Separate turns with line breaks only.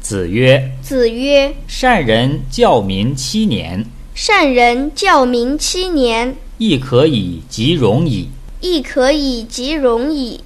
子曰
子曰：“
善人教民七年，：“
善人教民七年，
亦可以及容矣。
亦可以及容矣。”